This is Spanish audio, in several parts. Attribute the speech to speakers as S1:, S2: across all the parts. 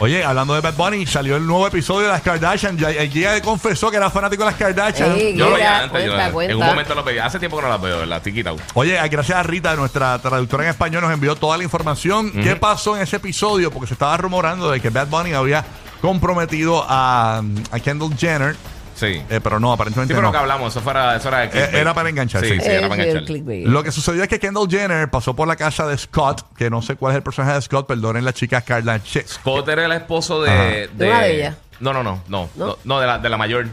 S1: Oye, hablando de Bad Bunny, salió el nuevo episodio de las Kardashian. Ya, eh, ya confesó que era fanático de las Kardashian.
S2: Ey.
S3: Yo lo veía
S2: Mira,
S3: antes, yo lo-
S2: cuenta, cuenta.
S3: en un momento lo veía. Hace tiempo que no las veo, las tiquita.
S1: Oye, eh, gracias a Rita, nuestra traductora en español, nos envió toda la información. ¿Qué pasó en ese episodio? Porque se estaba rumorando de que Bad Bunny había comprometido a, a Kendall Jenner,
S3: Sí.
S1: eh, pero no, aparentemente
S3: Sí, pero
S1: no.
S3: que hablamos, eso fuera, eso era de clickbait.
S1: Eh, era para enganchar, sí.
S3: Sí, sí,
S2: Eh,
S3: era para
S2: sí, el
S3: enganchar.
S2: clickbait.
S1: Lo que sucedió es que Kendall Jenner pasó por la casa de Scott, que no sé cuál es el personaje de Scott, perdonen las chicas Kardashian.
S3: Scott era el esposo
S1: Ajá.
S3: de.
S2: De una de ellas.
S3: No, no, no, no.
S2: ¿No?
S3: No, no, de, la, de la mayor.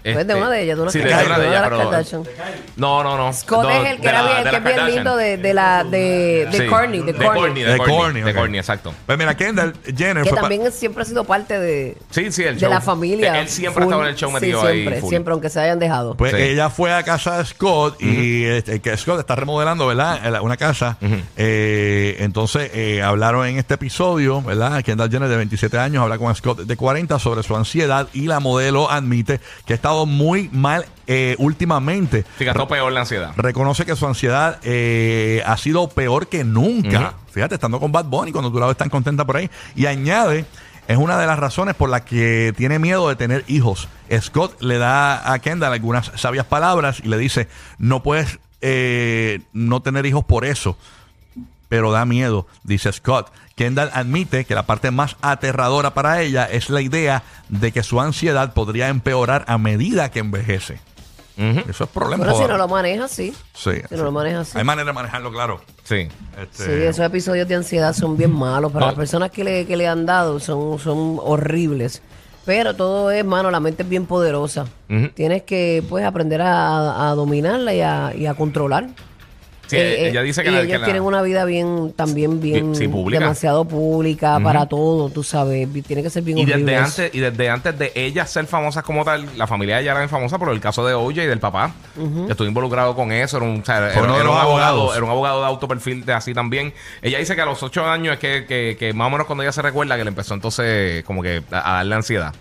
S2: Pues de
S3: Este,
S2: una de ellas, de una
S3: sí, de
S2: Kardashian,
S3: una de
S2: una
S3: ellas,
S2: las
S3: pero-
S2: Kardashian.
S3: No, no, no.
S2: Scott
S3: No,
S2: es el
S3: de
S2: que, era
S3: la-
S2: bien,
S3: de
S2: que
S3: la
S2: es bien
S3: Kardashian.
S2: lindo de, de la de, de
S3: Sí,
S2: Corny, de
S3: de
S2: Corny.
S3: Corny, de
S1: De
S3: Corny,
S1: Corny,
S3: de
S1: ok.
S3: Corny, exacto.
S1: Pues mira, Kendall Jenner
S2: Que
S1: fue pa-
S2: también siempre ha sido parte de,
S3: Sí, sí, el
S2: de
S3: show.
S2: la familia.
S3: Él siempre ha
S2: full.
S3: estado en el show
S2: Sí,
S3: metido
S2: siempre,
S3: ahí. full.
S2: siempre, aunque se hayan dejado.
S1: Pues
S3: Sí.
S1: ella fue a casa de Scott y este, que Scott está remodelando, ¿verdad? El- Una casa. Eh, entonces eh, hablaron en este episodio, ¿verdad? Kendall Jenner de 27 años habla con Scott de 40 sobre su ansiedad y la modelo admite que ha estado muy mal eh, últimamente.
S3: Fíjate, peor la ansiedad.
S1: Reconoce que su ansiedad eh, ha sido peor que nunca. Fíjate, estando con Bad Bunny, cuando tú la ves tan contenta por ahí. Y añade, es una de las razones por las que tiene miedo de tener hijos. Scott le da a Kendall algunas sabias palabras y le dice, no puedes eh, no tener hijos por eso. Pero da miedo, dice Scott. Kendall admite que la parte más aterradora para ella es la idea de que su ansiedad podría empeorar a medida que envejece.
S3: Ujú.
S1: Eso es problema.
S2: Pero si
S1: joder.
S2: no lo manejas, sí.
S1: Sí.
S2: Si no lo manejas así.
S1: Hay manera de manejarlo, claro.
S3: Sí.
S1: Este,
S2: Sí, esos episodios de ansiedad son bien malos. Para
S3: No.
S2: las personas que le, que le han dado son, son horribles. Pero todo es, mano, la mente es bien poderosa.
S3: Ujú.
S2: Tienes que, pues, aprender a, a dominarla y a, y a controlar.
S3: Sí,
S2: Eh, eh,
S3: ella dice que
S2: y
S3: la- que
S2: ellos
S3: la-
S2: tienen una vida bien, también bien,
S3: Sí, pública.
S2: demasiado pública para todo, tú sabes. Vi- Tiene que ser bien
S3: Y desde,
S2: horrible eso.
S3: antes, y desde antes de ellas ser famosas como tal, la familia de ella era famosa por el caso de OJ y del papá. que Estuvo involucrado con eso. Era un, o sea, era-
S1: Fue uno de
S3: era un
S1: los abogados.
S3: abogado, era un abogado de alto perfil de así también. Ella dice que a los ocho años es que, que- que más o menos cuando ella se recuerda que le empezó entonces como que a, a darle ansiedad.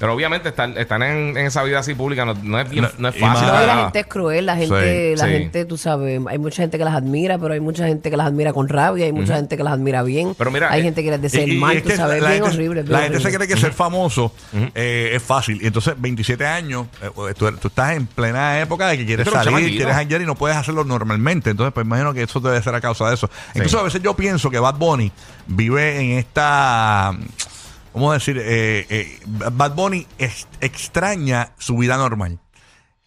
S3: Pero obviamente estar, estar en, en esa vida así pública no, no es, bien-
S1: No,
S3: no es
S1: y
S3: fácil.
S1: más-
S2: No, y la
S3: para nada.
S2: gente es cruel, la gente,
S3: Sí,
S2: la
S3: sí.
S2: gente, tú sabes, hay mucha gente que las admira, pero hay mucha gente que las admira con rabia, hay mucha gente que las admira bien,
S3: Pero mira,
S2: hay
S3: eh,
S2: gente que les desea
S1: y-
S2: el
S1: y
S2: mal,
S1: es
S2: tú
S1: que
S2: sabes, es
S1: la
S2: bien
S1: gente-
S2: horrible. es bien
S1: La gente se
S2: horrible.
S1: cree que ser famoso eh, es fácil. Y entonces, 27 años, eh, tú, tú estás en plena época de que quieres
S3: Pero un
S1: salir,
S3: chamaquito.
S1: quieres hangar y no puedes hacerlo normalmente. Entonces, pues imagino que eso debe ser a causa de eso. Incluso a veces yo pienso que Bad Bunny vive en esta. ¿Cómo decir? Eh, eh, Bad Bunny ex- extraña su vida normal.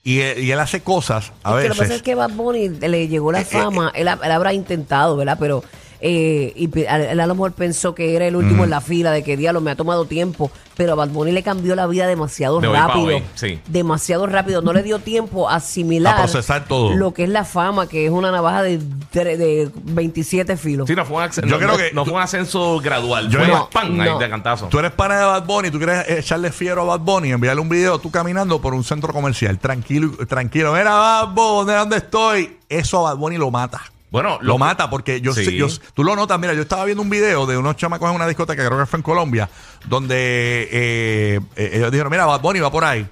S1: Y, él- y él hace cosas a
S2: Es que
S1: veces. eh,
S2: lo que pasa es que Bad Bunny le llegó la fama, él, ha- él habrá intentado, ¿verdad? Pero eh, y pe- a- él a lo mejor pensó que era el último en la fila, de que diablo me ha tomado tiempo, pero a Bad Bunny le cambió la vida demasiado
S3: De hoy pa'
S2: rápido.
S3: hoy, sí.
S2: Demasiado rápido, no le dio tiempo a asimilar
S1: A procesar todo.
S2: lo que es la fama, que es una navaja de, tre- de 27 filos.
S3: Sí, no fue un, acce-
S1: Yo
S3: no-
S1: creo
S3: no-
S1: que-
S3: no fue un ascenso gradual.
S1: Yo
S3: fue
S1: no-
S3: pan ahí
S2: no.
S3: de cantazo.
S1: Tú eres pana de Bad Bunny, tú quieres echarle fiero a Bad Bunny, enviarle un video tú caminando por un centro comercial, tranquilo, tranquilo. Mira, Bad Bunny, ¿dónde estoy? Eso a Bad Bunny lo mata.
S3: Bueno,
S1: Lo mata porque yo,
S3: Sí.
S1: sé- yo- tú lo notas. Mira, yo estaba viendo un video de unos chamacos en una discoteca, creo que fue en Colombia, donde eh, eh, ellos dijeron, mira, Bad Bunny va por ahí.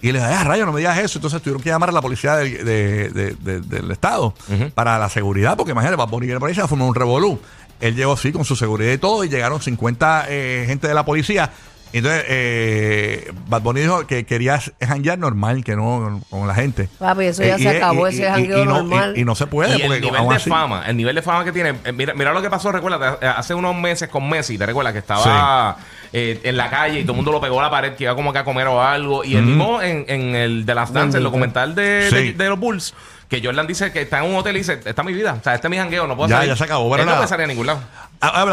S1: Y le dije, ah, rayo, no me digas eso. Entonces tuvieron que llamar a la policía del, de- de- de- del estado para la seguridad, porque imagínate, Bad Bunny viene por ahí, se va a formar un revolú. Él llegó así con su seguridad y todo, y llegaron 50 eh, gente de la policía. Entonces, eh, Bad Bunny dijo que quería janguear normal, que no con la gente.
S2: Papi, eso ya
S1: Eh,
S2: se acabó, ese jangueo
S1: no-
S2: normal.
S1: Y, y no se puede,
S3: Y
S1: porque
S3: el nivel
S1: aún
S3: de
S1: así-
S3: fama, el nivel de fama que tiene. eh, Mira, mira lo que pasó, recuerda, hace unos meses con Messi, te recuerdas que estaba eh, en la calle y todo el mundo lo pegó a la pared, que iba como que a comer o algo. Y el mismo en, en el de las Dance, el
S2: Bendito.
S3: documental de,
S1: Sí.
S3: de- de los Bulls, que Jordan dice que está en un hotel y dice, está mi vida, o sea, este es mi jangueo, no puedo
S1: Ya,
S3: salir.
S1: ya se acabó, pero
S3: Él no
S1: nada.
S3: puede salir a ningún lado.
S1: Ah, ah,